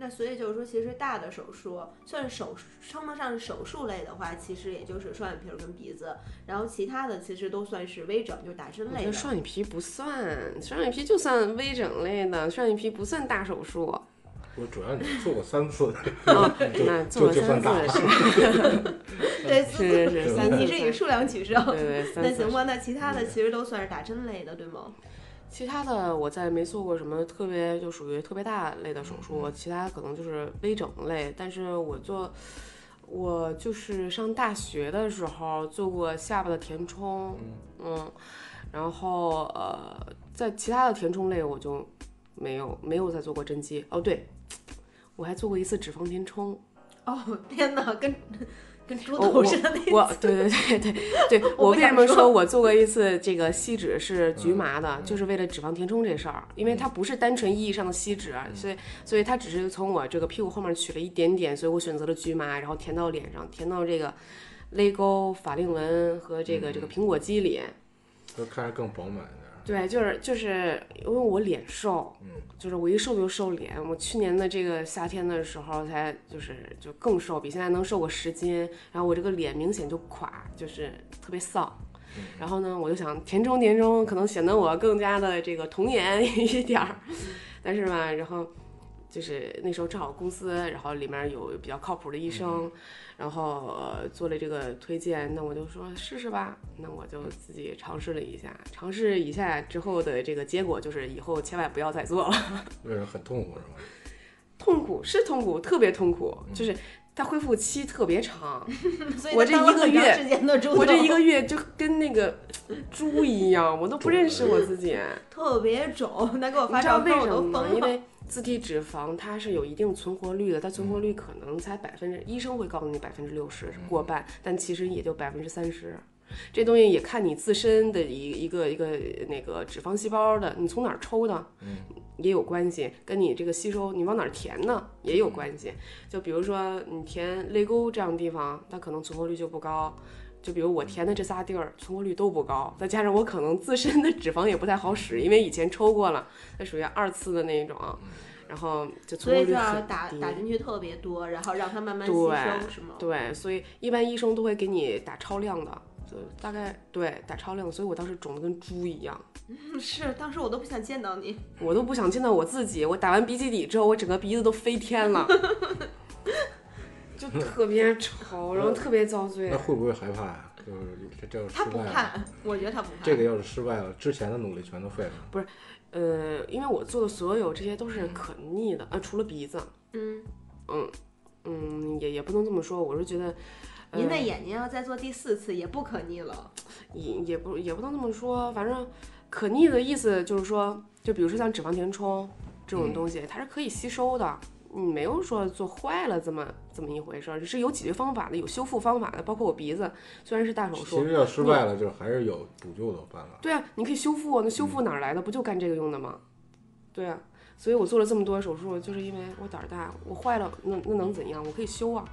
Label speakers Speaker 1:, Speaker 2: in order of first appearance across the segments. Speaker 1: 那所以就是说，其实大的手术算手称得上手术类的话，其实也就是双眼皮儿跟鼻子，然后其他的其实都算是微整，就是打针
Speaker 2: 我
Speaker 1: 类
Speaker 2: 觉
Speaker 1: 的
Speaker 2: 得。双眼皮不算，双眼皮就算微整类的，双眼皮不算大手 术。
Speaker 3: 我主要你做过三次，
Speaker 2: 哦，
Speaker 3: 就
Speaker 2: 那做了
Speaker 3: 嗯就
Speaker 2: 三
Speaker 3: 算
Speaker 2: 次
Speaker 3: 大
Speaker 2: 是
Speaker 1: 对，所以
Speaker 2: 是是是三次。
Speaker 1: 你是以数量取胜。
Speaker 2: 对对三嗯
Speaker 1: 那
Speaker 2: 次
Speaker 1: 行吧，那其他的其实都算是打针类的，对吗？
Speaker 2: 其他的我在没做过什么特别就属于特别大类的手术，其他可能就是微整类。但是我做，我就是上大学的时候做过下巴的填充，嗯，然后呃，在其他的填充类我就没有没有再做过针剂。哦，对，我还做过一次脂肪填充。
Speaker 1: 哦，天哪，跟跟猪
Speaker 2: 我
Speaker 1: 头似的那
Speaker 2: 我对对对对对，
Speaker 1: 我不
Speaker 2: 我为什
Speaker 1: 想
Speaker 2: 么
Speaker 1: 说
Speaker 2: 说我做过一次这个吸脂是局麻的，就是为了脂肪填充这事儿，因为它不是单纯意义上的吸脂，所以所以它只是从我这个屁股后面取了一点点，所以我选择了局麻，然后填到脸上，填到这个泪沟、法令纹和这个这个苹果肌里。
Speaker 3: 就看着更饱满一点。
Speaker 2: 对，就是就是因为我脸瘦，
Speaker 3: 嗯，
Speaker 2: 就是我一瘦就瘦脸。我去年的这个夏天的时候才就是就更瘦，比现在能瘦个十斤。然后我这个脸明显就垮，就是特别丧。然后呢，我就想填充填充，可能显得我更加的这个童颜 一点儿。但是吧，然后就是那时候正好公司，然后里面有比较靠谱的医生，然后、呃做了这个推荐，那我就说试试吧。那我就自己尝试了一下，尝试一下之后的这个结果就是以后千万不要再做了，
Speaker 3: 为什么很痛苦是吗？
Speaker 2: 痛苦是痛苦，特别痛苦，就是它恢复期特别长，
Speaker 1: 所以
Speaker 2: 我
Speaker 1: 他
Speaker 2: 这
Speaker 1: 当了
Speaker 2: 一个
Speaker 1: 很长
Speaker 2: 月
Speaker 1: 时间的猪头，
Speaker 2: 我这一个月就跟那个猪一样，我都不认识我自己。
Speaker 1: 特别肿，他给我
Speaker 2: 你
Speaker 1: 发
Speaker 2: 知
Speaker 1: 照
Speaker 2: 道为
Speaker 1: 片我
Speaker 2: 什
Speaker 1: 都
Speaker 2: 么吗？
Speaker 1: 疯
Speaker 2: 因
Speaker 1: 了。
Speaker 2: 为自体脂肪它是有一定存活率的，它存活率可能才百分之，医生会告诉你百分之六十是过半，但其实也就百分之三十。这东西也看你自身的一一个一个那个脂肪细胞的，你从哪儿抽的，也有关系，跟你这个吸收你往哪儿填呢也有关系。就比如说你填泪沟这样的地方，它可能存活率就不高。就比如我填的这仨地儿存活率都不高，再加上我可能自身的脂肪也不太好使，因为以前抽过了，它属于二次的那一种，啊然后就
Speaker 1: 所
Speaker 2: 存活
Speaker 1: 以
Speaker 2: 率
Speaker 1: 就要
Speaker 2: 很
Speaker 1: 打
Speaker 2: 低
Speaker 1: 打进去特别多，然后让它慢慢吸
Speaker 2: 对
Speaker 1: 收，是吗？
Speaker 2: 对，所以一般医生都会给你打超量的，就大概对打超量，所以我当时肿的跟猪一样，
Speaker 1: 是，当时我都不想见到你。
Speaker 2: 我都不想见到我自己。我打完鼻基底之后，我整个鼻子都飞天 了，就特别丑，然后特别遭罪
Speaker 3: 那。会不会害怕呀？就是这这要
Speaker 1: 他
Speaker 3: 失
Speaker 1: 不
Speaker 3: 败
Speaker 1: 怕
Speaker 3: 了，，
Speaker 1: 我觉得他不怕。
Speaker 3: 这个要是失败了，之前的努力全都废了。
Speaker 2: 呃，因为我做的所有这些都是可逆的，呃，除了鼻子，
Speaker 1: 嗯，
Speaker 2: 嗯，也也不能这么说，我是觉得。呃
Speaker 1: 您的眼睛要再做第四次也不可逆了。
Speaker 2: 也也不也不能这么说，反正可逆的意思就是说，就比如说像脂肪填充这种东西，它是可以吸收的，你没有说做坏了这么这么一回事儿，是有解决方法的，有修复方法的，包括我鼻子虽然是大手
Speaker 3: 其
Speaker 2: 术。
Speaker 3: 实要失败了，就是还是有补救的办法。
Speaker 2: 对啊，你可以修复啊，那修复哪儿来的？不就干这个用的吗？对啊，所以我做了这么多手术，就是因为我胆儿大，我坏了那那能怎样？我可以修啊，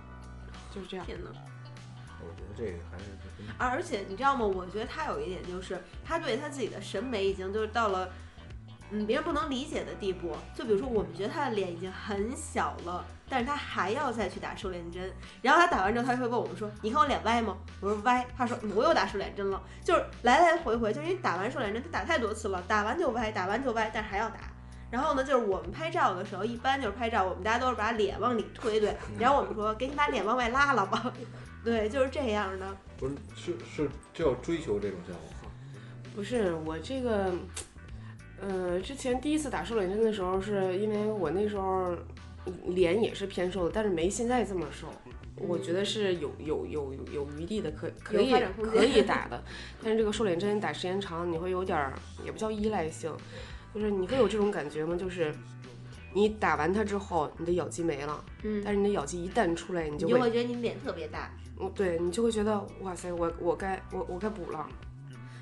Speaker 2: 就是这样。
Speaker 1: 天哪！
Speaker 3: 我觉得这个还是跟
Speaker 1: 而且你知道吗？我觉得他有一点就是，他对他自己的审美已经就是到了，嗯，别人不能理解的地步。就比如说，我们觉得他的脸已经很小了，但是他还要再去打瘦脸针。然后他打完之后，他就会问我们说：“你看我脸歪吗？”我说：“歪。”他说：“嗯我又打瘦脸针了。”就是来来回回，就是因为打完瘦脸针，他打太多次了，打完就歪，打完就歪，但是还要打。然后呢，就是我们拍照的时候，一般就是拍照，我们大家都是把脸往里推一推，然后我们说：“给你把脸往外拉拉吧。”对，就是这样的。
Speaker 3: 不是是是就要追求这种效果。
Speaker 2: 不是我这个，呃，之前第一次打瘦脸针的时候，是因为我那时候脸也是偏瘦的，但是没现在这么瘦。我觉得是有有有有有余地的，可可以
Speaker 1: 有发展空间
Speaker 2: 可 以打的，但是这个瘦脸针打时间长，你会有点儿也不叫依赖性，就是你会有这种感觉吗？就是你打完它之后，你的咬肌没了，
Speaker 1: 嗯
Speaker 2: 但是你的咬肌一旦出来，你就
Speaker 1: 你就
Speaker 2: 会
Speaker 1: 会觉得你脸特别大。
Speaker 2: 我对你就会觉得哇塞，我我该我我该补了，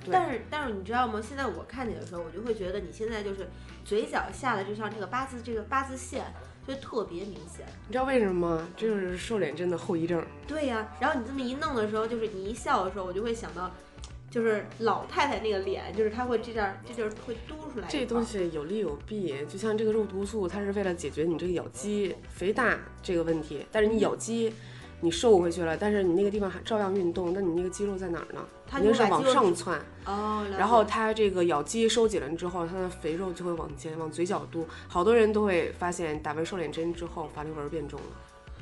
Speaker 2: 对
Speaker 1: 但是但是你知道吗？现在我看你的时候，我就会觉得你现在就是嘴角下的就像这个八字这个八字线，就特别明显。
Speaker 2: 你知道为什么吗？这就是瘦脸针的后遗症。
Speaker 1: 对呀、然后你这么一弄的时候，就是你一笑的时候，我就会想到。就是老太太那个脸，就是她会这样，这就是会嘟出来一块儿。
Speaker 2: 这东西有利有弊，就像这个肉毒素，它是为了解决你这个咬肌肥大这个问题，但是
Speaker 1: 嗯
Speaker 2: 你咬肌。你瘦回去了，但是你那个地方还照样运动，那你那个肌肉在哪儿呢？
Speaker 1: 它
Speaker 2: 肯
Speaker 1: 就
Speaker 2: 定
Speaker 1: 是把
Speaker 2: 往
Speaker 1: 肌肉
Speaker 2: 上窜，
Speaker 1: 哦，了
Speaker 2: 然后
Speaker 1: 解
Speaker 2: 它这个咬肌收紧了之后，它的肥肉就会往前往嘴角嘟。好多人都会发现打完瘦脸针之后法令纹变重了，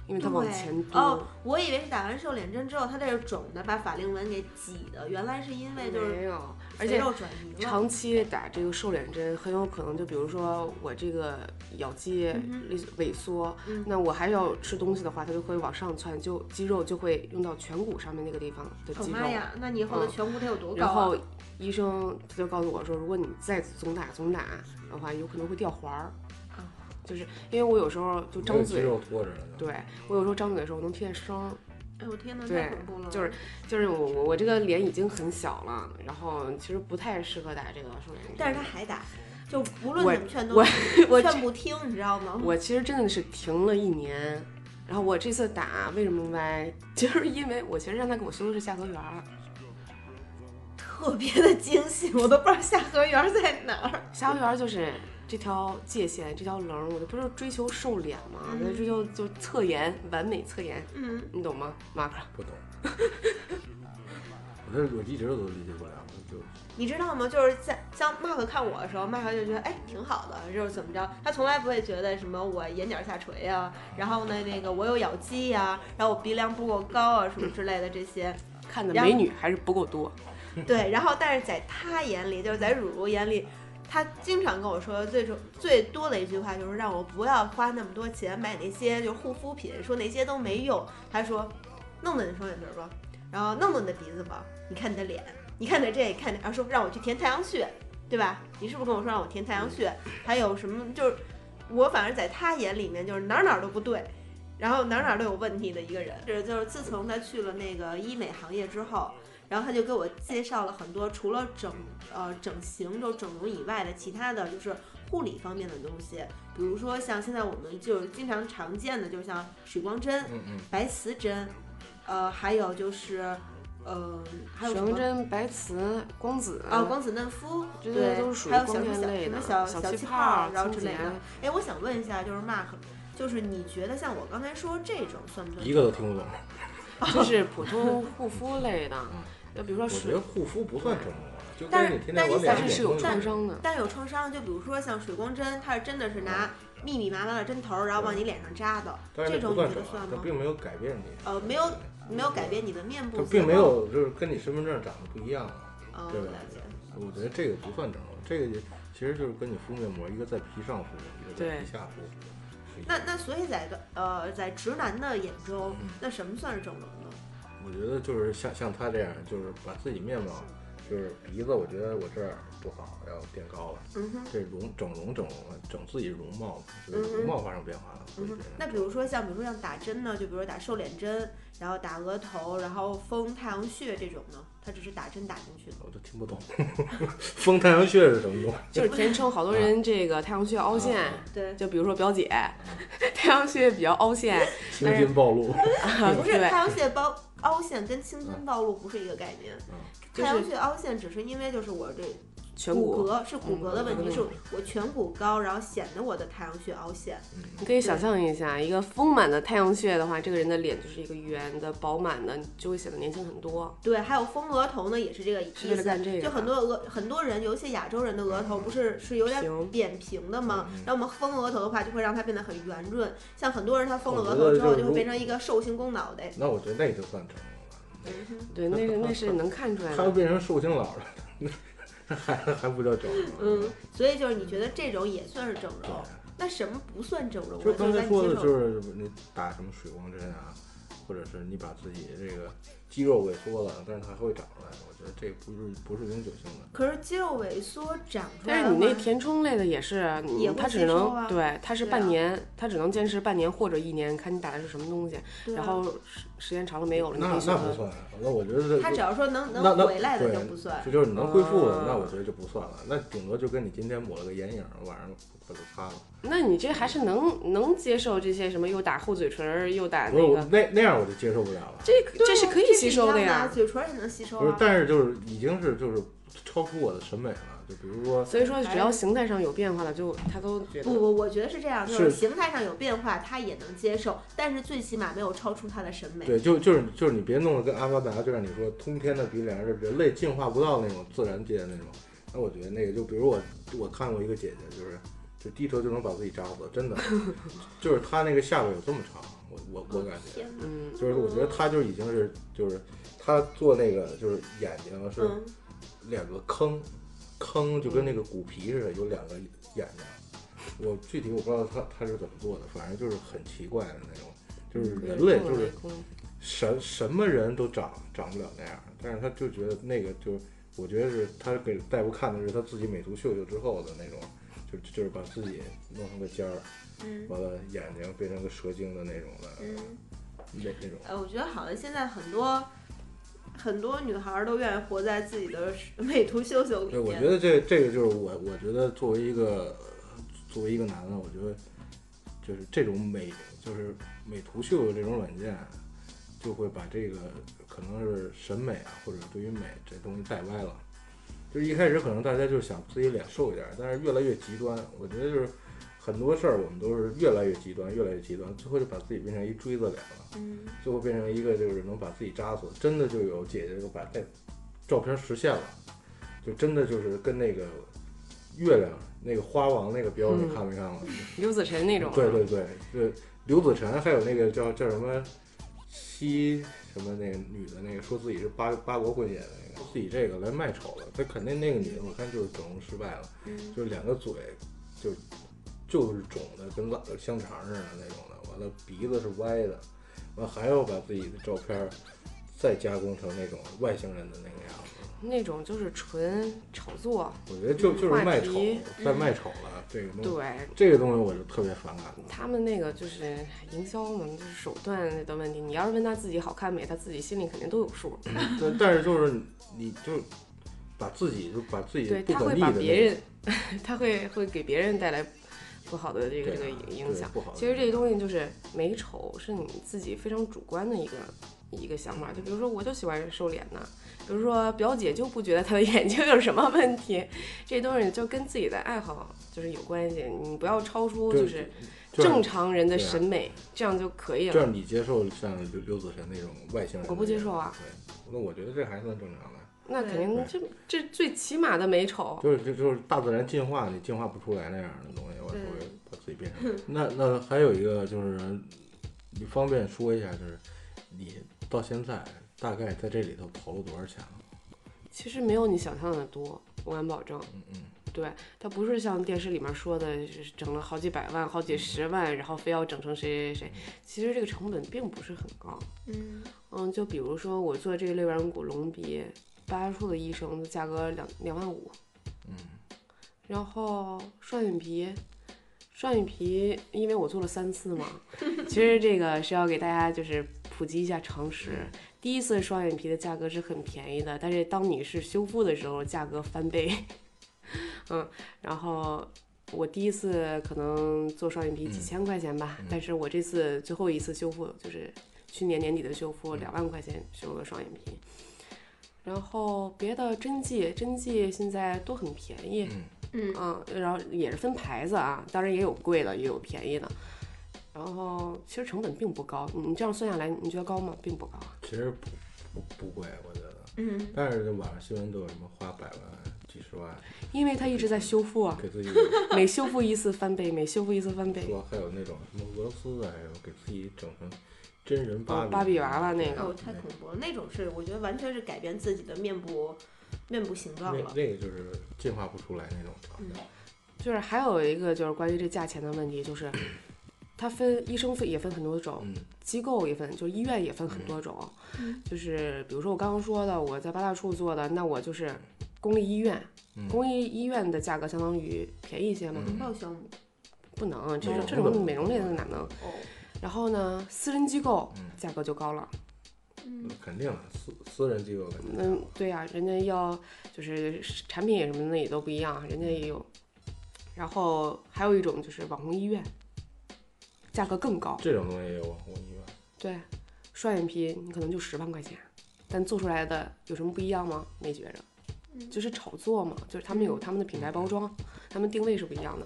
Speaker 2: 因为它往
Speaker 1: 对
Speaker 2: 前嘟。
Speaker 1: 哦，我以为是打完瘦脸针之后，它这是肿的，把法令纹给挤的，原来是因为就是
Speaker 2: 没有，而
Speaker 1: 肥
Speaker 2: 且
Speaker 1: 肉转移了。哎
Speaker 2: 长期打这个瘦脸针，很有可能就比如说我这个咬肌
Speaker 1: 嗯
Speaker 2: 萎缩，
Speaker 1: 嗯
Speaker 2: 那我还要吃东西的话，它就会往上窜，就肌肉就会用到颧骨上面那个地方的
Speaker 1: 哦
Speaker 2: 肌肉。
Speaker 1: 妈呀，那你以后的
Speaker 2: 嗯
Speaker 1: 颧骨得有多高
Speaker 2: 然
Speaker 1: 啊？
Speaker 2: 后医生他就告诉我说，如果你再总打总打的话，有可能会掉环儿
Speaker 1: 啊。
Speaker 2: 就是因为我有时候就
Speaker 3: 没
Speaker 2: 张
Speaker 3: 有肌
Speaker 2: 嘴，
Speaker 3: 肉拖着了就。
Speaker 2: 对我有时候张嘴的时候能听见声儿，
Speaker 1: 哎呦天哪，
Speaker 2: 对
Speaker 1: 太恐怖了！
Speaker 2: 就是就是我我我这个脸已经很小了，然后其实不太适合打这个瘦脸针。
Speaker 1: 但是他还打，就无论
Speaker 2: 我
Speaker 1: 怎么劝都
Speaker 2: 我我
Speaker 1: 劝不听，你知道吗？
Speaker 2: 我其实真的是停了一年，然后我这次打为 什么歪，就是因为我其实让他给我修的是下颌缘儿，
Speaker 1: 特别的惊喜，我都不知道下颌缘在哪儿。
Speaker 2: 下颌缘儿就是这条界限，这条棱儿，我就不是追求瘦脸嘛，我在追求就侧颜，完美侧颜，
Speaker 1: 嗯，
Speaker 2: 你懂吗，马克？
Speaker 3: 不懂。 我这我一直都理解不了，就
Speaker 1: 你知道吗？就是在像马克看我的时候，马克就觉得哎挺好的，就是怎么着，他从来不会觉得什么我眼角下垂呀、然后呢那个我有咬肌呀、然后我鼻梁不够高啊什么之类的这些。
Speaker 2: 看的
Speaker 1: 然后
Speaker 2: 美女还是不够多，
Speaker 1: 对，然后但是在他眼里，就是在乳乳眼里，他经常跟我说最重最多的一句话就是让我不要花那么多钱买那些就是护肤品，说那些都没用。他说，弄弄你双眼皮儿吧，然后弄弄你的鼻子吧，你看你的脸，你看你的这，你看你，然后说让我去填太阳穴，对吧？你是不是跟我说让我填太阳穴？还有什么就是我反正在他眼里面就是哪儿哪儿都不对。然后哪儿哪儿都有问题的一个人，这就是自从他去了那个医美行业之后，然后他就给我介绍了很多除了整呃整形就整容以外的其他的就是护理方面的东西，比如说像现在我们就经常常见的，就像水光针、
Speaker 3: 嗯嗯，
Speaker 1: 白瓷针，呃，还有就是呃还有
Speaker 2: 水
Speaker 1: 什
Speaker 2: 光
Speaker 1: 么？
Speaker 2: 针、白瓷、光子
Speaker 1: 啊，光子嫩肤，
Speaker 2: 这
Speaker 1: 对
Speaker 2: 些都是属于
Speaker 1: 还有
Speaker 2: 光
Speaker 1: 小
Speaker 2: 电
Speaker 1: 小
Speaker 2: 类
Speaker 1: 什么
Speaker 2: 的，
Speaker 1: 小
Speaker 2: 小
Speaker 1: 小
Speaker 2: 气
Speaker 1: 气
Speaker 2: 泡
Speaker 1: 泡
Speaker 2: 儿、
Speaker 1: 儿，然后
Speaker 2: 清
Speaker 1: 之类
Speaker 2: 洁
Speaker 1: 的。哎，我想问一下，就是 Mark，就是你觉得像我刚才说这种算不算？
Speaker 3: 一个都听不懂。
Speaker 2: 就是普通护肤 类的
Speaker 3: 嗯，
Speaker 2: 就比如说
Speaker 3: 我觉
Speaker 2: 水
Speaker 3: 得，护肤不算整容啊，就
Speaker 1: 但
Speaker 3: 跟
Speaker 1: 是
Speaker 3: 你天
Speaker 1: 但是
Speaker 3: 天我
Speaker 1: 你
Speaker 3: 脸
Speaker 2: 但
Speaker 1: 想
Speaker 2: 是是
Speaker 3: 有
Speaker 2: 有
Speaker 3: 空
Speaker 2: 创伤的。
Speaker 1: 但是有创伤，就比如说像水光针，它是真的是拿密密麻麻的针头儿，然后往你脸上扎的，
Speaker 3: 但是
Speaker 1: 这
Speaker 3: 那
Speaker 1: 种
Speaker 3: 不
Speaker 1: 你觉
Speaker 3: 算
Speaker 1: 得
Speaker 3: 整
Speaker 1: 算
Speaker 3: 容，它
Speaker 1: 吗？
Speaker 3: 并没有改变你，
Speaker 1: 呃，没有没有改变你的面部结
Speaker 3: 它
Speaker 1: 构，
Speaker 3: 并没有就是跟你身份证长得不一样啊。
Speaker 1: 哦，
Speaker 3: 对吧
Speaker 1: 了解。
Speaker 3: 我觉得这个不算整容，这个也其实就是跟你敷面膜，一个在皮上敷，一个在
Speaker 2: 对
Speaker 3: 皮下敷是一
Speaker 1: 那
Speaker 3: 样的。
Speaker 1: 那所以在个呃在直男的眼中
Speaker 3: 嗯，
Speaker 1: 那什么算是整容呢？
Speaker 3: 我觉得就是像像他这样，就是把自己面貌，就是鼻子，我觉得我这儿不好，要变高了。
Speaker 1: 嗯哼，
Speaker 3: 这容整容整容了，整自己容貌嘛，就
Speaker 1: 嗯
Speaker 3: 是
Speaker 1: 哼
Speaker 3: 容貌发生变化了。
Speaker 1: 嗯
Speaker 3: 会
Speaker 1: 哼
Speaker 3: 变。
Speaker 1: 那比如说像比如说像打针呢，就比如说打瘦脸针，然后打额头，然后封太阳穴这种呢，它只是打针打进去的。
Speaker 3: 我都听不懂， 封太阳穴是 什么东西？
Speaker 2: 就是填充好多
Speaker 3: 啊
Speaker 2: 人这个太阳穴凹陷，
Speaker 1: 对，
Speaker 2: 就比如说表姐， 太阳穴比较凹陷，
Speaker 3: 青筋暴露，
Speaker 1: 不是
Speaker 2: 对
Speaker 1: 太阳穴包凹陷跟青筋暴露不是一个概念。
Speaker 3: 嗯
Speaker 2: 就
Speaker 1: 太阳
Speaker 2: 是
Speaker 1: 穴凹陷只是因为就是我这
Speaker 2: 颧
Speaker 1: 骨
Speaker 2: 骨。
Speaker 1: 骼是骨骼的问
Speaker 2: 骨骼
Speaker 1: 题，
Speaker 2: 的
Speaker 1: 是我颧骨高，然后显得我的太阳穴凹陷。
Speaker 3: 嗯
Speaker 2: 你可以想象一下，一个丰满的太阳穴的话，这个人的脸就是一个圆的、饱满的，就会显得年轻很多。
Speaker 1: 对，还有丰额头呢，也是这个意
Speaker 2: 是为了
Speaker 1: 思。
Speaker 2: 干这个的，
Speaker 1: 就很多额很多人，尤其亚洲人的额头不是是有点
Speaker 2: 平
Speaker 1: 扁平的吗？然后我们丰额头的话，就会让它变得很圆润。像很多人他丰了
Speaker 3: 我
Speaker 1: 额
Speaker 3: 觉
Speaker 1: 头
Speaker 3: 得
Speaker 1: 之后，
Speaker 3: 就是
Speaker 1: 就会
Speaker 3: 如
Speaker 1: 变成一个寿星公脑袋。
Speaker 3: 那我觉得那就算整容了。
Speaker 1: 嗯哼
Speaker 2: 对，那是那是能看出来
Speaker 3: 他要
Speaker 2: 的。
Speaker 3: 变成寿星佬了，那还还不叫整容？
Speaker 1: 嗯，所以就是你觉得这种也算是整容？
Speaker 3: 对，
Speaker 1: 那什么不算整容啊？
Speaker 3: 就是刚
Speaker 1: 咱
Speaker 3: 才说的，
Speaker 1: 接受
Speaker 3: 就是你打什么水光针啊，或者是你把自己这个肌肉萎缩了，但是它还会长出来。我觉得这不是不是永久性的。
Speaker 1: 可是肌肉萎缩长出来
Speaker 2: 但
Speaker 1: 的
Speaker 2: 是
Speaker 1: 话，
Speaker 2: 你那填充类的也是，你
Speaker 1: 也会
Speaker 2: 它只
Speaker 1: 吸收
Speaker 2: 能
Speaker 1: 啊
Speaker 2: 对，它是
Speaker 1: 对啊
Speaker 2: 半年，它只能坚持半年或者一年，看你打的是什么东西。
Speaker 1: 对啊
Speaker 2: 然后时时间长了没有了，你
Speaker 3: 那
Speaker 2: 可以
Speaker 3: 那
Speaker 2: 选
Speaker 3: 不
Speaker 2: 择。
Speaker 3: 算，啊那我觉得这
Speaker 1: 他只要说能
Speaker 3: 那
Speaker 1: 能
Speaker 3: 那
Speaker 1: 回来的
Speaker 3: 对
Speaker 1: 就不算。嗯
Speaker 3: 这就是你能恢复
Speaker 2: 啊
Speaker 3: 的，那我觉得就不算了。那顶多就跟你今天抹了个眼影，晚上把它擦了。
Speaker 2: 那你这还是能能接受这些什么又打护嘴唇儿又打
Speaker 3: 不是
Speaker 2: 那
Speaker 3: 我
Speaker 2: 个，
Speaker 3: 那那样我就接受不了了。
Speaker 1: 啊
Speaker 2: 这这是可以吸收的呀
Speaker 1: 嘴唇也能吸收
Speaker 3: 不是
Speaker 1: 啊，。
Speaker 3: 但是就是已经是就是超出我的审美了，就比如说
Speaker 2: 所以说只要形态上有变化了，就他都觉
Speaker 1: 啊不
Speaker 2: 得
Speaker 1: 不，我觉得是这样，就是是形态上有变化，他也能接受，但是最起码没有超出他的审美。
Speaker 3: 对，就就是就是你别弄得跟阿凡达，就像你说通天的鼻梁是人类进化不到那种自然界的那种。那我觉得那个就比如我我看过一个姐姐，就是就低头就能把自己扎死，真的，就是她那个下巴有这么长，我我我感觉，
Speaker 1: 哦天哪，
Speaker 2: 嗯，
Speaker 3: 就是我觉得她就已经是就是她做那个就是眼睛是
Speaker 1: 嗯，
Speaker 3: 两个坑，坑就跟那个骨皮似的，有两个眼睛。我具体我不知道她她是怎么做的，反正就是很奇怪的那种，
Speaker 1: 嗯
Speaker 3: 就是人类就是什什么人都长长不了那样，但是他就觉得那个就是，我觉得是他给大夫看的是他自己美图秀秀之后的那种，就就是把自己弄成个尖儿，
Speaker 1: 嗯
Speaker 3: 完了眼睛变成个蛇精的那种的，
Speaker 1: 嗯。
Speaker 3: 那那种。
Speaker 1: 呃，我觉得好像现在很多很多女孩儿都愿意活在自己的美图秀秀里
Speaker 3: 对，我
Speaker 1: 面。
Speaker 3: 觉得这这个就是我，我觉得作为一个作为一个男的，我觉得就是这种美，就是美图秀秀这种软件，就会把这个可能是审美啊，或者对于美这东西带歪了。就是一开始可能大家就是想自己脸瘦一点，但是越来越极端。我觉得就是很多事儿我们都是越来越极端，越来越极端，最后就把自己变成一锥子脸了。
Speaker 1: 嗯，
Speaker 3: 最后变成一个就是能把自己扎死，真的就有姐姐就把这照片实现了，就真的就是跟那个月亮那个花王那个标你
Speaker 2: 嗯
Speaker 3: 看没看过？
Speaker 2: 刘子晨那种，啊
Speaker 3: 对对对对，刘子晨还有那个叫叫什么西什么那个女的那个说自己是八八国混血的那个，自己这个来卖丑了，她肯定那个女的我看就是整容失败了，
Speaker 1: 嗯
Speaker 3: 就是两个嘴就就是肿的跟腊香肠似的那种的，完了鼻子是歪的，完还要把自己的照片儿再加工成那种外星人的那个样子。
Speaker 2: 那种就是纯炒作，
Speaker 3: 我觉得就就是
Speaker 2: 嗯话
Speaker 3: 卖丑
Speaker 2: 题，
Speaker 3: 在
Speaker 1: 嗯
Speaker 3: 卖丑了这个东西，
Speaker 2: 对
Speaker 3: 这个东西我就特别反感。
Speaker 2: 他们那个就是营销嘛，就是手段的问题。你要是问他自己好看没，他自己心里肯定都有数。
Speaker 3: 但但是就是你就把自己就把自己
Speaker 2: 对
Speaker 3: 不
Speaker 2: 他
Speaker 3: 可
Speaker 2: 会
Speaker 3: 逆
Speaker 2: 把
Speaker 3: 的那
Speaker 2: 别
Speaker 3: 个
Speaker 2: 人， 他会会给别人带来不好的这个
Speaker 3: 对
Speaker 2: 这个
Speaker 3: 啊
Speaker 2: 影
Speaker 3: 对
Speaker 2: 响。
Speaker 3: 不好的
Speaker 2: 其实
Speaker 3: 影
Speaker 2: 这个
Speaker 3: 响
Speaker 2: 东西就是美丑是你自己非常主观的一个一个想法。就比如说，我就喜欢瘦脸呐，比如说表姐就不觉得她的 眼睛有什么问题，这东西就跟自己的爱好就是有关系。你不要超出
Speaker 3: 对
Speaker 2: 就是
Speaker 3: 就让
Speaker 2: 正常人的
Speaker 3: 对啊
Speaker 2: 审美，这样就可以
Speaker 3: 就
Speaker 2: 了。
Speaker 3: 让你接受像刘刘子晨那种外星人，
Speaker 2: 我不接受啊。
Speaker 3: 对，那我觉得这还算正常的，
Speaker 2: 那肯
Speaker 1: 对
Speaker 2: 定这这最起码的美丑，
Speaker 3: 就是就就是大自然进化，你进化不出来那样的东西，我
Speaker 1: 对
Speaker 3: 我会把自己变成。 那那还有一个就是，你方便说一下，就是你到现在大概在这里头投了多少钱了？
Speaker 2: 其实没有你想象的多，我敢保证。
Speaker 3: 嗯嗯，
Speaker 2: 对，它不是像电视里面说的，是整了好几百万、好几十万，然后非要整成谁谁谁。其实这个成本并不是很高。
Speaker 1: 嗯
Speaker 2: 嗯，就比如说我做这个肋软骨隆鼻，八术的医生的价格两两万五，
Speaker 3: 嗯，
Speaker 2: 然后双眼皮，双眼皮，因为我做了三次 嘛，其实这个是要给大家就是普及一下常识。
Speaker 3: 嗯
Speaker 2: 第一次双眼皮的价格是很便宜的，但是当你是修复的时候，价格翻倍。 嗯，然后我第一次可能做双眼皮几
Speaker 3: 嗯
Speaker 2: 千块钱吧，
Speaker 3: 嗯
Speaker 2: 但是我这次最后一次修复就是去年年底的修
Speaker 3: 嗯
Speaker 2: 复，两万块钱修了双眼皮。然后别的针剂，针剂现在都很便宜，
Speaker 3: 嗯
Speaker 1: 嗯，
Speaker 2: 嗯，然后也是分牌子啊，当然也有贵的，也有便宜的。然后其实成本并不高，你这样算下来，你觉得高吗？并不高啊。
Speaker 3: 其实不不不贵，我觉得。
Speaker 1: 嗯，
Speaker 3: 但是网上新闻都有什么花百万、几十万
Speaker 2: 因为它一直在修复啊，
Speaker 3: 给自己
Speaker 2: 每修复一次翻倍，每修复一次翻倍。
Speaker 3: 说，还有那种什么俄罗斯的，还有给自己整成真人芭
Speaker 2: 哦
Speaker 3: 比、
Speaker 2: 芭比娃娃那个
Speaker 1: 哦，太恐怖了，那种是我觉得完全是改变自己的面部面部形
Speaker 3: 那
Speaker 1: 状了。嗯
Speaker 3: 那个就是进化不出来那种状态。
Speaker 2: 嗯就是还有一个就是关于这价钱的问题，就是 它分医生费也分很多种，
Speaker 3: 嗯
Speaker 2: 机构也分，就是医院也分很多种，就是比如说我刚刚说的，我在八大处做的，那我就是公立医院，
Speaker 3: 嗯
Speaker 2: 公立医院的价格相当于便宜一些嘛，
Speaker 3: 嗯
Speaker 1: 报销吗？
Speaker 2: 不能，这
Speaker 3: 容
Speaker 2: 这
Speaker 3: 不
Speaker 2: 种
Speaker 3: 能
Speaker 2: 美容类的哪能？
Speaker 1: 哦，
Speaker 2: 然后呢，私人机构
Speaker 3: 嗯
Speaker 2: 价格就高了，
Speaker 1: 嗯
Speaker 3: 肯定啊，私私人机构肯定。
Speaker 2: 嗯，对呀、人家要就是产品什么的也都不一样，人家也有。然后还有一种就是网红医院，价格更高。
Speaker 3: 这种东西也有网红医院，
Speaker 2: 啊对，双眼皮你可能就十万块钱，但做出来的有什么不一样吗？没觉着，就是炒作嘛，就是他们有他们的品牌包装，他们定位是不一样的。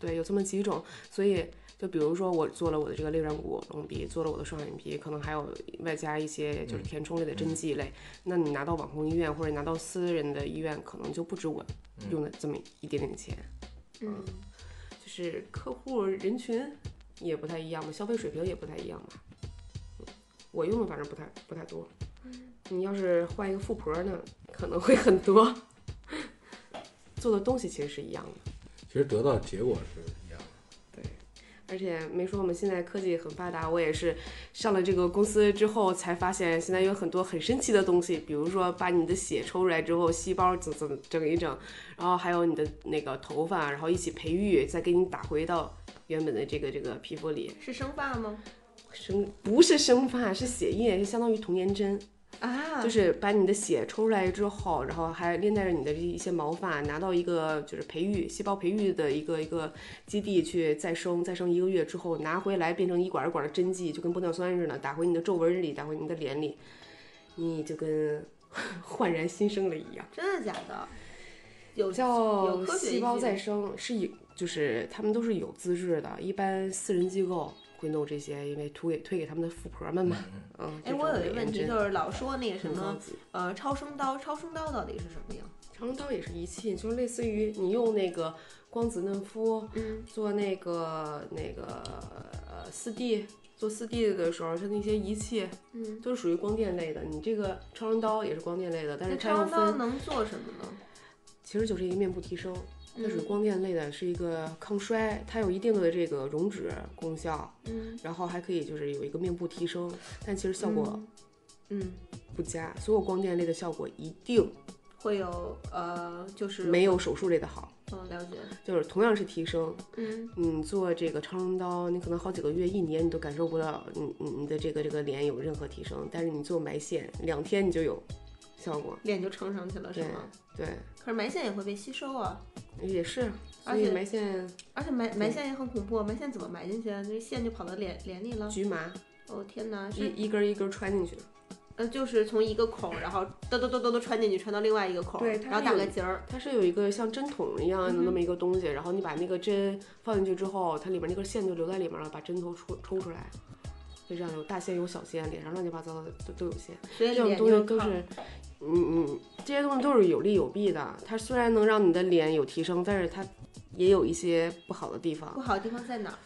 Speaker 2: 对，有这么几种，所以就比如说我做了我的这个肋软骨隆鼻，做了我的双眼皮，可能还有外加一些就是填充类的针剂类。那你拿到网红医院或者拿到私人的医院，可能就不止我
Speaker 3: 嗯
Speaker 2: 用的这么一点点钱，
Speaker 1: 嗯，
Speaker 2: 就是客户人群也不太一样嘛，消费水平也不太一样嘛。嗯我用的反正不太不太多，你要是换一个富婆呢，可能会很多。 做的东西其实是一样的。
Speaker 3: 其实得到结果是一样的。
Speaker 2: 而且没说我们现在科技很发达，我也是上了这个公司之后才发现，现在有很多很神奇的东西，比如说把你的血抽出来之后，细胞整整整一整，然后还有你的那个头发，然后一起培育，再给你打回到原本的这个这个皮肤里。
Speaker 1: 是生发吗？
Speaker 2: 生不是生发，是血液，就相当于童颜针。
Speaker 1: 啊，
Speaker 2: 就是把你的血抽出来之后，然后还连带着你的这一些毛发，拿到一个就是培育细胞培育的一个一个基地去再生，再生一个月之后拿回来变成一管一管的针剂，就跟玻尿酸似的，打回你的皱纹里，打回你的脸里，你就跟 焕然新生了一样。
Speaker 1: 真的假的？有
Speaker 2: 叫
Speaker 1: 有科学
Speaker 2: 细胞
Speaker 1: 依据
Speaker 2: 再生是有，就是他们都是有资质的，一般私人机构会弄这些，因为推给推给他们的富婆们 嘛。嗯，
Speaker 1: 哎，我有一个问题，就是是老说那个什
Speaker 2: 很高
Speaker 1: 么
Speaker 2: 级。
Speaker 1: 呃超声刀，超声刀到底是什么呀？
Speaker 2: 长生刀也是仪器，就是类似于你用那个光子嫩肤
Speaker 1: 嗯
Speaker 2: 做那个那个呃四 D 做四 D 的时候，它那些仪器
Speaker 1: 嗯，
Speaker 2: 都是属于光电类的。你这个超声刀也是光电类的，但
Speaker 1: 那
Speaker 2: 是它
Speaker 1: 超
Speaker 2: 又
Speaker 1: 声刀
Speaker 2: 分，
Speaker 1: 能做什么呢？
Speaker 2: 其实就是一个面部提升，它属于
Speaker 1: 嗯
Speaker 2: 光电类的，是一个抗衰，它有一定的这个溶脂功效，
Speaker 1: 嗯，
Speaker 2: 然后还可以就是有一个面部提升，但其实效果
Speaker 1: 嗯
Speaker 2: 不佳，所有光电类的效果一定
Speaker 1: 会有呃就是
Speaker 2: 没有手术类的好，
Speaker 1: 嗯了解
Speaker 2: 就是同样是提升。
Speaker 1: 嗯
Speaker 2: 你做这个超声刀，你可能好几个月、一年你都感受不到你你你的这个这个脸有任何提升，但是你做埋线两天你就有效果，
Speaker 1: 脸就撑上去了是吗？
Speaker 2: 对，
Speaker 1: 可是埋线也会被吸收啊，
Speaker 2: 也是，所
Speaker 1: 而
Speaker 2: 以
Speaker 1: 且
Speaker 2: 埋线
Speaker 1: 而且埋埋线也很恐怖，埋线怎么埋进去啊？那线就跑到脸脸里了。
Speaker 2: 局麻，
Speaker 1: 哦天哪，是
Speaker 2: 一一根儿一根儿穿进去，
Speaker 1: 呃就是从一个孔，然后哆哆哆哆哆穿进去，穿到另外一个孔，
Speaker 2: 对它
Speaker 1: 然后
Speaker 2: 是
Speaker 1: 打
Speaker 2: 有
Speaker 1: 个结儿。
Speaker 2: 它是有一个像针筒一样的
Speaker 1: 嗯
Speaker 2: 那么一个东西，然后你把那个针放进去之后，它里面那根线就留在里面了，把针头抽抽出来，就这样有大线有小线，脸上乱七八糟的都都有线。
Speaker 1: 所以
Speaker 2: 这种
Speaker 1: 脸
Speaker 2: 东
Speaker 1: 就
Speaker 2: 西都
Speaker 1: 靠
Speaker 2: 是，嗯嗯，这些东西都是有利有弊的。它虽然能让你的脸有提升，但是它也有一些不好的地
Speaker 1: 不
Speaker 2: 方。
Speaker 1: 好的地方在哪儿？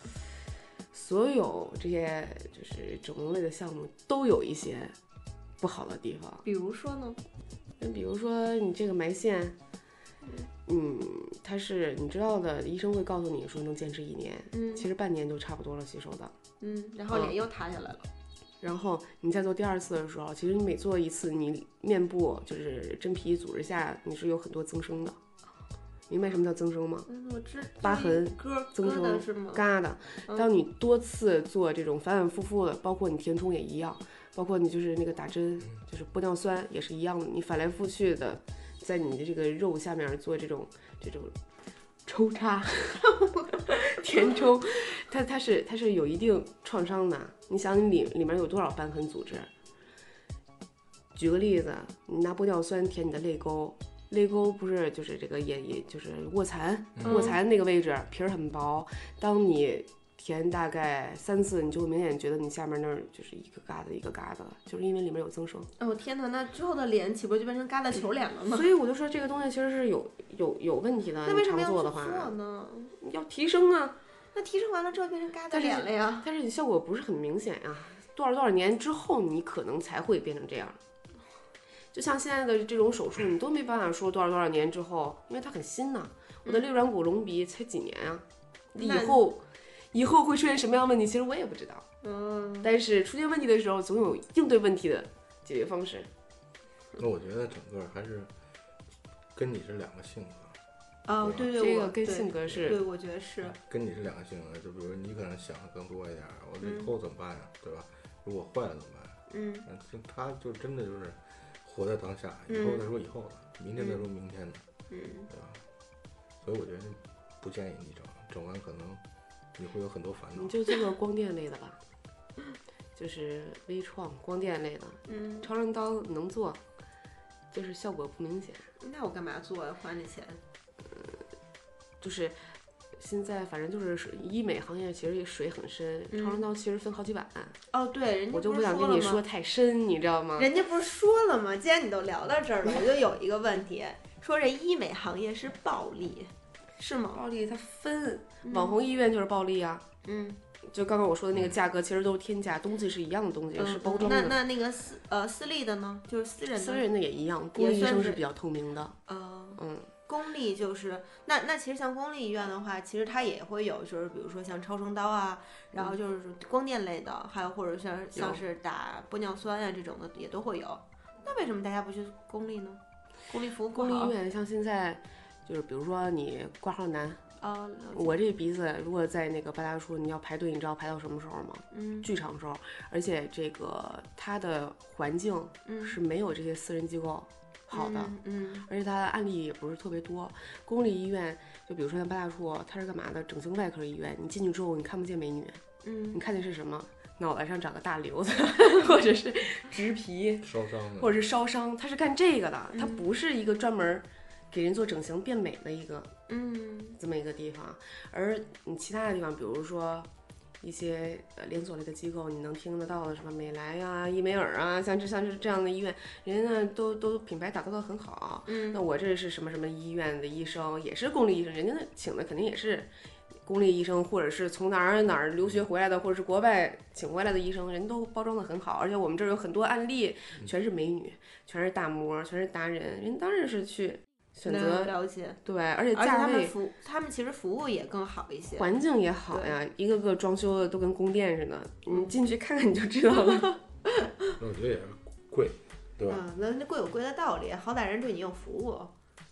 Speaker 2: 所有这些就是整容类的项目都有一些不好的地方。
Speaker 1: 比如说呢？
Speaker 2: 那比如说你这个埋线，嗯，它是你知道的，医生会告诉你说能坚持一年，
Speaker 1: 嗯
Speaker 2: 其实半年就差不多了，吸收的。
Speaker 1: 嗯，然后
Speaker 2: 嗯
Speaker 1: 脸又塌下来了。
Speaker 2: 然后你再做第二次的时候，其实你每做一次，你面部就是真皮组织下，你是有很多增生的。明白什么叫增生吗？
Speaker 1: 嗯，我知
Speaker 2: 疤痕
Speaker 1: 疙
Speaker 2: 增
Speaker 1: 疙瘩
Speaker 2: 生
Speaker 1: 是吗？
Speaker 2: 疙瘩。
Speaker 1: 嗯
Speaker 2: 当你多次做这种反反复复的，包括你填充也一样，包括你就是那个打针，就是玻尿酸也是一样的，你反来覆去的，在你的这个肉下面做这种这种抽插、 填充，它它是它是有一定创伤的。你想你里里面有多少瘢痕组织？举个例子，你拿玻尿酸填你的泪沟，泪沟不是就是这个眼也就是卧蚕，
Speaker 1: 嗯
Speaker 2: 卧蚕那个位置皮儿很薄，当你填大概三次，你就会明显觉得你下面那儿就是一个疙瘩一个疙瘩，就是因为里面有增生。
Speaker 1: 哦天哪，那之后的脸岂不是就变成疙瘩球脸了 吗？
Speaker 2: 所以我就说这个东西其实是有有有问题的。
Speaker 1: 嗯那为什么
Speaker 2: 你
Speaker 1: 要
Speaker 2: 常做的
Speaker 1: 去
Speaker 2: 话，
Speaker 1: 做呢？
Speaker 2: 要提升啊？
Speaker 1: 那提升完了之后变成疙瘩
Speaker 2: 但是
Speaker 1: 脸了呀？
Speaker 2: 但是你效果不是很明显呀、多少多少年之后你可能才会变成这样。就像现在的这种手术，你都没办法说多少多少年之后，因为它很新呐、我的肋软骨隆鼻才几年啊，以
Speaker 1: 那
Speaker 2: 后以后会出现什么样的问题，其实我也不知道。
Speaker 1: 嗯，
Speaker 2: 但是出现问题的时候，总有应对问题的解决方式。
Speaker 3: 那我觉得整个还是跟你是两个性格，
Speaker 1: 哦对对，
Speaker 2: 这
Speaker 1: 我
Speaker 2: 个跟
Speaker 1: 对
Speaker 2: 性格是
Speaker 1: 对，我觉得是，
Speaker 3: 跟你是两个性格。就比如你可能想的更多一点儿，我这
Speaker 1: 嗯
Speaker 3: 以后怎么办呀？对吧？如果坏了怎么办？
Speaker 1: 嗯
Speaker 3: 嗯，就他就真的就是活在当下，以后再说以后的，明天再说明天的，
Speaker 1: 嗯，
Speaker 3: 对吧？所以我觉得不建议你整，整完可能你会有很多烦恼
Speaker 2: 你。就做个光电类的吧。就是微创光电类的，
Speaker 1: 嗯，
Speaker 2: 超声刀能做，就是效果不明显。
Speaker 1: 嗯那我干嘛做呀？花那钱？
Speaker 2: 就是现在反正就是水医美行业其实也水很深，
Speaker 1: 嗯
Speaker 2: 超声刀其实分好几版，
Speaker 1: 哦，对，人家
Speaker 2: 我就
Speaker 1: 不
Speaker 2: 不
Speaker 1: 是
Speaker 2: 想
Speaker 1: 说
Speaker 2: 跟
Speaker 1: 了
Speaker 2: 你
Speaker 1: 吗
Speaker 2: 说太深，你知道吗？
Speaker 1: 人家不是说了吗？既然你都聊到这儿了，我就有一个问题，说这医美行业是暴利，是吗？
Speaker 2: 暴利它分，网红医院就是暴利啊。
Speaker 1: 嗯，
Speaker 2: 就刚刚我说的那个价格，其实都是天价，东西是一样的东西，
Speaker 1: 嗯
Speaker 2: 是包装
Speaker 1: 那
Speaker 2: 的。
Speaker 1: 那那个私呃私立的呢，就是私人的，
Speaker 2: 私人的也一样，
Speaker 1: 也
Speaker 2: 公立医
Speaker 1: 算
Speaker 2: 生
Speaker 1: 是
Speaker 2: 是比较透明的。
Speaker 1: 呃
Speaker 2: 嗯，
Speaker 1: 公立就是那那其实像公立医院的话，其实它也会有，就是比如说像超声刀啊，然
Speaker 2: 嗯
Speaker 1: 后就是光电类的，还有或者像像是打玻尿酸啊这种的也都会有。那为什么大家不去公立呢？公立服务不
Speaker 2: 公立
Speaker 1: 好
Speaker 2: 嗯医院像现在就是，比如说你挂号难，
Speaker 1: 啊，
Speaker 2: 我这鼻子如果在那个八大处，你要排队，你知道排到什么时候吗？
Speaker 1: 嗯
Speaker 2: 巨长时候，而且这个它的环境
Speaker 1: 嗯
Speaker 2: 是没有这些私人机构好的，
Speaker 1: 嗯嗯
Speaker 2: 而且它的案例也不是特别多。公立医院就比如说像八大处，它是干嘛的？整形外科医院，你进去之后你看不见美女，
Speaker 1: 嗯
Speaker 2: 你看见是什么？脑袋上长个大瘤子， 或者是植皮，
Speaker 3: 烧伤的，
Speaker 2: 或者是烧伤，它是干这个的，它
Speaker 1: 嗯
Speaker 2: 不是一个专门儿给人做整形变美的一个
Speaker 1: 嗯
Speaker 2: 这么一个地方。而你其他的地方，比如说一些呃连锁类的机构，你能听得到的什么美莱啊、伊美尔啊，像这像这这样的医院，人家都都品牌打造的很好。
Speaker 1: 嗯
Speaker 2: 那我这是什么什么医院的医生，也是公立医生，人家那请的肯定也是公立医生，或者是从哪儿哪儿留学回来的，或者是国外请回来的医生，人都包装的很好。而且我们这儿有很多案例，全是美女，全是大模，全是达人，人当然是去选
Speaker 1: 能
Speaker 2: 择
Speaker 1: 了解，
Speaker 2: 对，而且
Speaker 1: 嗯而且
Speaker 2: 价
Speaker 1: 他们
Speaker 2: 位。
Speaker 1: 服他们其实服务也更好一些。
Speaker 2: 环境也好呀，一个个装修的都跟宫殿似的，你
Speaker 1: 嗯
Speaker 2: 进去看看你就知道 了。
Speaker 3: 那我觉得也是贵，对吧？
Speaker 1: 嗯，那那贵有贵的道理，好歹人对你有服务。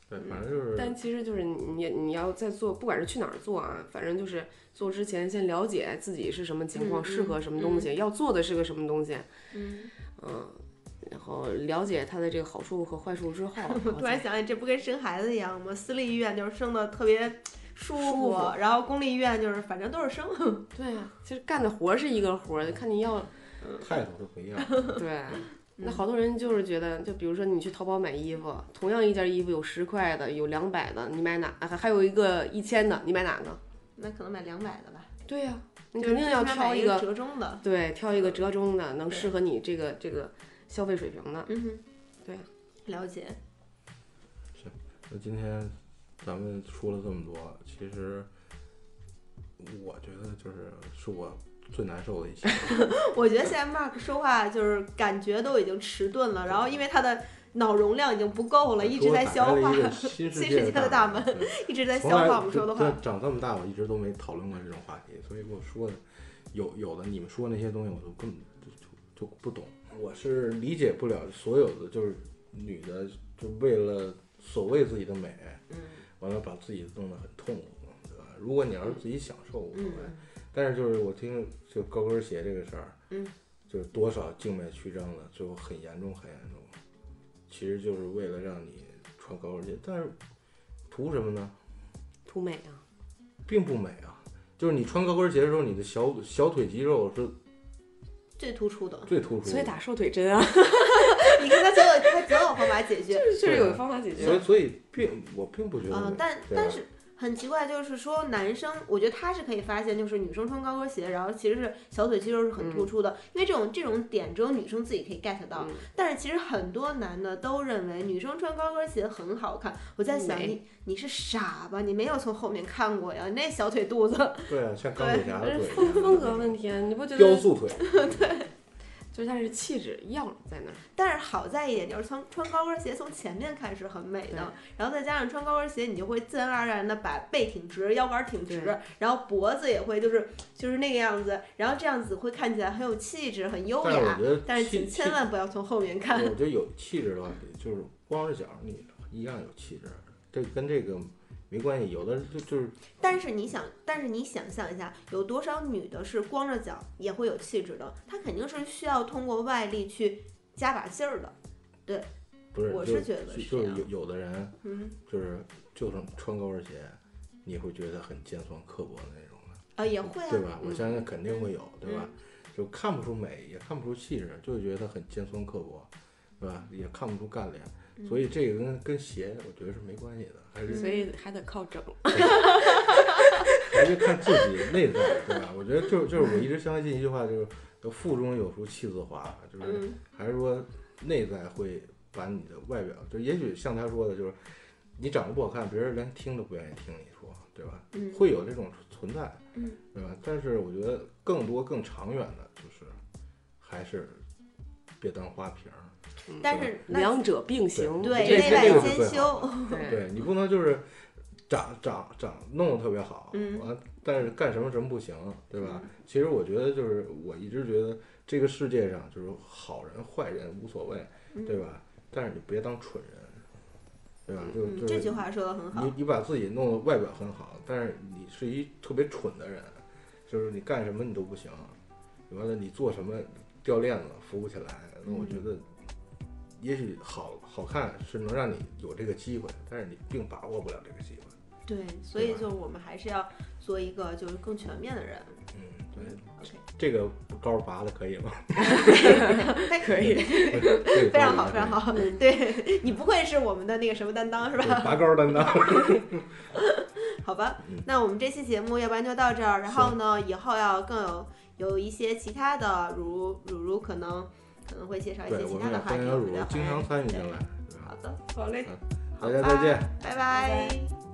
Speaker 3: 对，反正就是
Speaker 2: 但其实就是你你要在做，不管是去哪儿做啊，反正就是做之前先了解自己是什么情况，
Speaker 1: 嗯
Speaker 2: 适合什么东西，要做的是个什么东西，
Speaker 1: 嗯，
Speaker 2: 嗯，然后了解它的这个好处和坏处之后，啊 然后
Speaker 1: 突然
Speaker 2: 再
Speaker 1: 想起，这不跟生孩子一样吗？私立医院就是生的特别舒
Speaker 2: 舒
Speaker 1: 服，
Speaker 2: 服
Speaker 1: 然后公立医院就是反正都是生。
Speaker 2: 对呀、其实干的活儿是一个活儿，看你 要
Speaker 3: 态度是不一样的。
Speaker 2: 对。
Speaker 1: 嗯
Speaker 2: 那好多人就是觉得，就比如说你去淘宝买衣服，同样一件衣服有十块的，有两百的，你买哪？还还有一个一千的，你买哪个？
Speaker 1: 那可能买两百的吧，
Speaker 2: 对呀、你
Speaker 1: 就是
Speaker 2: 肯定要
Speaker 1: 最起码买
Speaker 2: 挑
Speaker 1: 一
Speaker 2: 个，
Speaker 1: 折中的。
Speaker 2: 对，挑一个折中的，能
Speaker 1: 对
Speaker 2: 适合你这个这个消费水平的。
Speaker 1: 嗯哼，
Speaker 2: 对，
Speaker 1: 了解。
Speaker 3: 那今天咱们说了这么多，其实我觉得就是是我最难受的一期。
Speaker 1: 我觉得现在 Mark 说话就是感觉都已经迟钝了，然后因为他的脑容量已经不够了，一直在消
Speaker 3: 给我
Speaker 1: 化
Speaker 3: 打 开，了一个新世
Speaker 1: 新世界的大门
Speaker 3: 对
Speaker 1: 一直 在
Speaker 3: 从
Speaker 1: 消
Speaker 3: 来
Speaker 1: 化我们说的
Speaker 3: 这
Speaker 1: 话。
Speaker 3: 这长这么大，我一直都没讨论过这种话题，所以给我说的有有的你们说那些东西，我都根本就就就不懂。我是理解不了所有的，就是女的就为了所谓自己的美，
Speaker 1: 嗯
Speaker 3: 完了把自己弄得很痛苦，对吧？如果你要是自己享受无所谓，
Speaker 1: 嗯
Speaker 3: 但是就是我听就高跟鞋这个事儿，
Speaker 1: 嗯，
Speaker 3: 就是多少静脉曲张的，最后很严重很严重，其实就是为了让你穿高跟鞋，但是图什么呢？
Speaker 2: 图美啊，
Speaker 3: 并不美啊。就是你穿高跟鞋的时候，你的小小腿肌肉是
Speaker 1: 最突出的，
Speaker 3: 最突出的，
Speaker 2: 所以打瘦腿针啊，
Speaker 1: 你看他总有他总有方法解决。
Speaker 2: 就是
Speaker 3: 对啊
Speaker 2: 有方法解
Speaker 3: 所以
Speaker 2: 决。
Speaker 3: 所以并我并不觉得美，
Speaker 1: 嗯，但
Speaker 3: 对吧啊
Speaker 1: 但是很奇怪，就是说男生，我觉得他是可以发现，就是女生穿高跟鞋，然后其实是小腿肌肉是很
Speaker 3: 嗯
Speaker 1: 突出的，因为这种这种点只有女生自己可以 get 到。
Speaker 2: 嗯
Speaker 1: 但是其实很多男的都认为女生穿高跟鞋很好看，我在
Speaker 3: 嗯
Speaker 1: 想
Speaker 2: 美
Speaker 1: 你你是傻吧？你没有从后面看过呀？你那小腿肚子，
Speaker 3: 对啊，像钢铁侠的
Speaker 2: 这
Speaker 3: 腿嗯
Speaker 2: 是风风格问题啊，你不觉
Speaker 3: 雕
Speaker 2: 得
Speaker 3: 塑腿，
Speaker 2: 就是它是气质样在那儿？
Speaker 1: 但是好在一点就是从穿高跟鞋从前面看是很美的，然后再加上穿高跟鞋，你就会自然而然的把背挺直，腰杆挺直
Speaker 2: 对，
Speaker 1: 然后脖子也会就是就是那个样子，然后这样子会看起来很有气质，很优
Speaker 3: 但是我
Speaker 1: 雅
Speaker 3: 觉。得
Speaker 1: 但是
Speaker 3: 气
Speaker 1: 请千万不要从后面 看
Speaker 3: 气，我觉得有气质的话，就是光着脚你一样有气质，这跟这个没关系。有的就就是
Speaker 1: 但是你想，但是你想象一下，有多少女的是光着脚也会有气质的？她肯定是需要通过外力去加把劲儿的。
Speaker 3: 不是，
Speaker 1: 我
Speaker 3: 就是
Speaker 1: 觉得
Speaker 3: 就是
Speaker 1: 这
Speaker 3: 就是
Speaker 1: 样
Speaker 3: 有有的人
Speaker 1: 嗯，
Speaker 3: 就是就是穿高跟鞋，你会觉得很尖酸刻薄的那种的。
Speaker 1: 啊，也会啊
Speaker 3: 对。吧？
Speaker 2: 嗯
Speaker 1: 嗯
Speaker 3: 我相信肯定会有，对吧？就看不出美，也看不出气质，就觉得他很尖酸刻薄，对吧？也看不出干
Speaker 1: 嗯
Speaker 3: 练，所以这个跟跟鞋我觉得是没关系的，还是
Speaker 2: 所以还得靠整。
Speaker 3: 还是看自己内在，对吧？我觉得就是就是我一直相信一句话，就是“腹中有书气自华”，
Speaker 1: 嗯
Speaker 3: 就是还是说内在会把你的外表，就也许像他说的，就是你长得不好看，别人连听都不愿意听你说，对吧？
Speaker 1: 嗯
Speaker 3: 会有这种存在，
Speaker 1: 嗯
Speaker 3: 对吧？但是我觉得更多更长远的就是还是别当花瓶儿，
Speaker 1: 但是那
Speaker 2: 两者并行，
Speaker 1: 对
Speaker 2: 这
Speaker 3: 这
Speaker 1: 内外
Speaker 3: 这个是
Speaker 1: 兼
Speaker 3: 最
Speaker 1: 修，
Speaker 2: 对
Speaker 3: 对你不能就是长长长弄得特别好，
Speaker 1: 嗯
Speaker 3: 完、但是干什么什么不行，对吧？其实我觉得就是我一直觉得这个世界上就是好人坏人无所谓，
Speaker 1: 嗯
Speaker 3: 对吧？但是你别当蠢人，对吧？就
Speaker 1: 嗯，
Speaker 3: 就
Speaker 1: 这
Speaker 3: 是
Speaker 1: 句话说的很好
Speaker 3: 你。你把自己弄得外表很好，但是你是一特别蠢的人，就是你干什么你都不行，完了你做什么掉链子扶不起来。那我
Speaker 1: 嗯
Speaker 3: 觉得，也许好好看是能让你有这个机会，但是你并把握不了这个机会。
Speaker 1: 对，所以就是我们还是要做一个就是更全面的 人。
Speaker 3: 嗯，对，
Speaker 1: OK，
Speaker 3: 这个高拔的可以吗？
Speaker 2: 可以。
Speaker 3: 非
Speaker 1: 非常好，非常。好。对你不愧是我们的那个什么担当是
Speaker 3: 对
Speaker 1: 吧？
Speaker 3: 拔高担当，
Speaker 1: 好吧
Speaker 3: 嗯，
Speaker 1: 那我们这期节目要不然就到这儿。然后呢，以后要更有有一些其他的，如如如可能可能会介绍一
Speaker 3: 对
Speaker 1: 些
Speaker 3: 我
Speaker 1: 其
Speaker 3: 们
Speaker 1: 他的
Speaker 3: 俩
Speaker 1: 话题，哎
Speaker 3: 欢迎
Speaker 1: 我
Speaker 3: 乳
Speaker 1: 们再
Speaker 3: 经常
Speaker 1: 回来
Speaker 3: 参与进
Speaker 1: 对
Speaker 3: 来，是吧
Speaker 1: 好的，
Speaker 2: 好嘞。
Speaker 3: 大家再见。
Speaker 1: 拜拜。
Speaker 2: 拜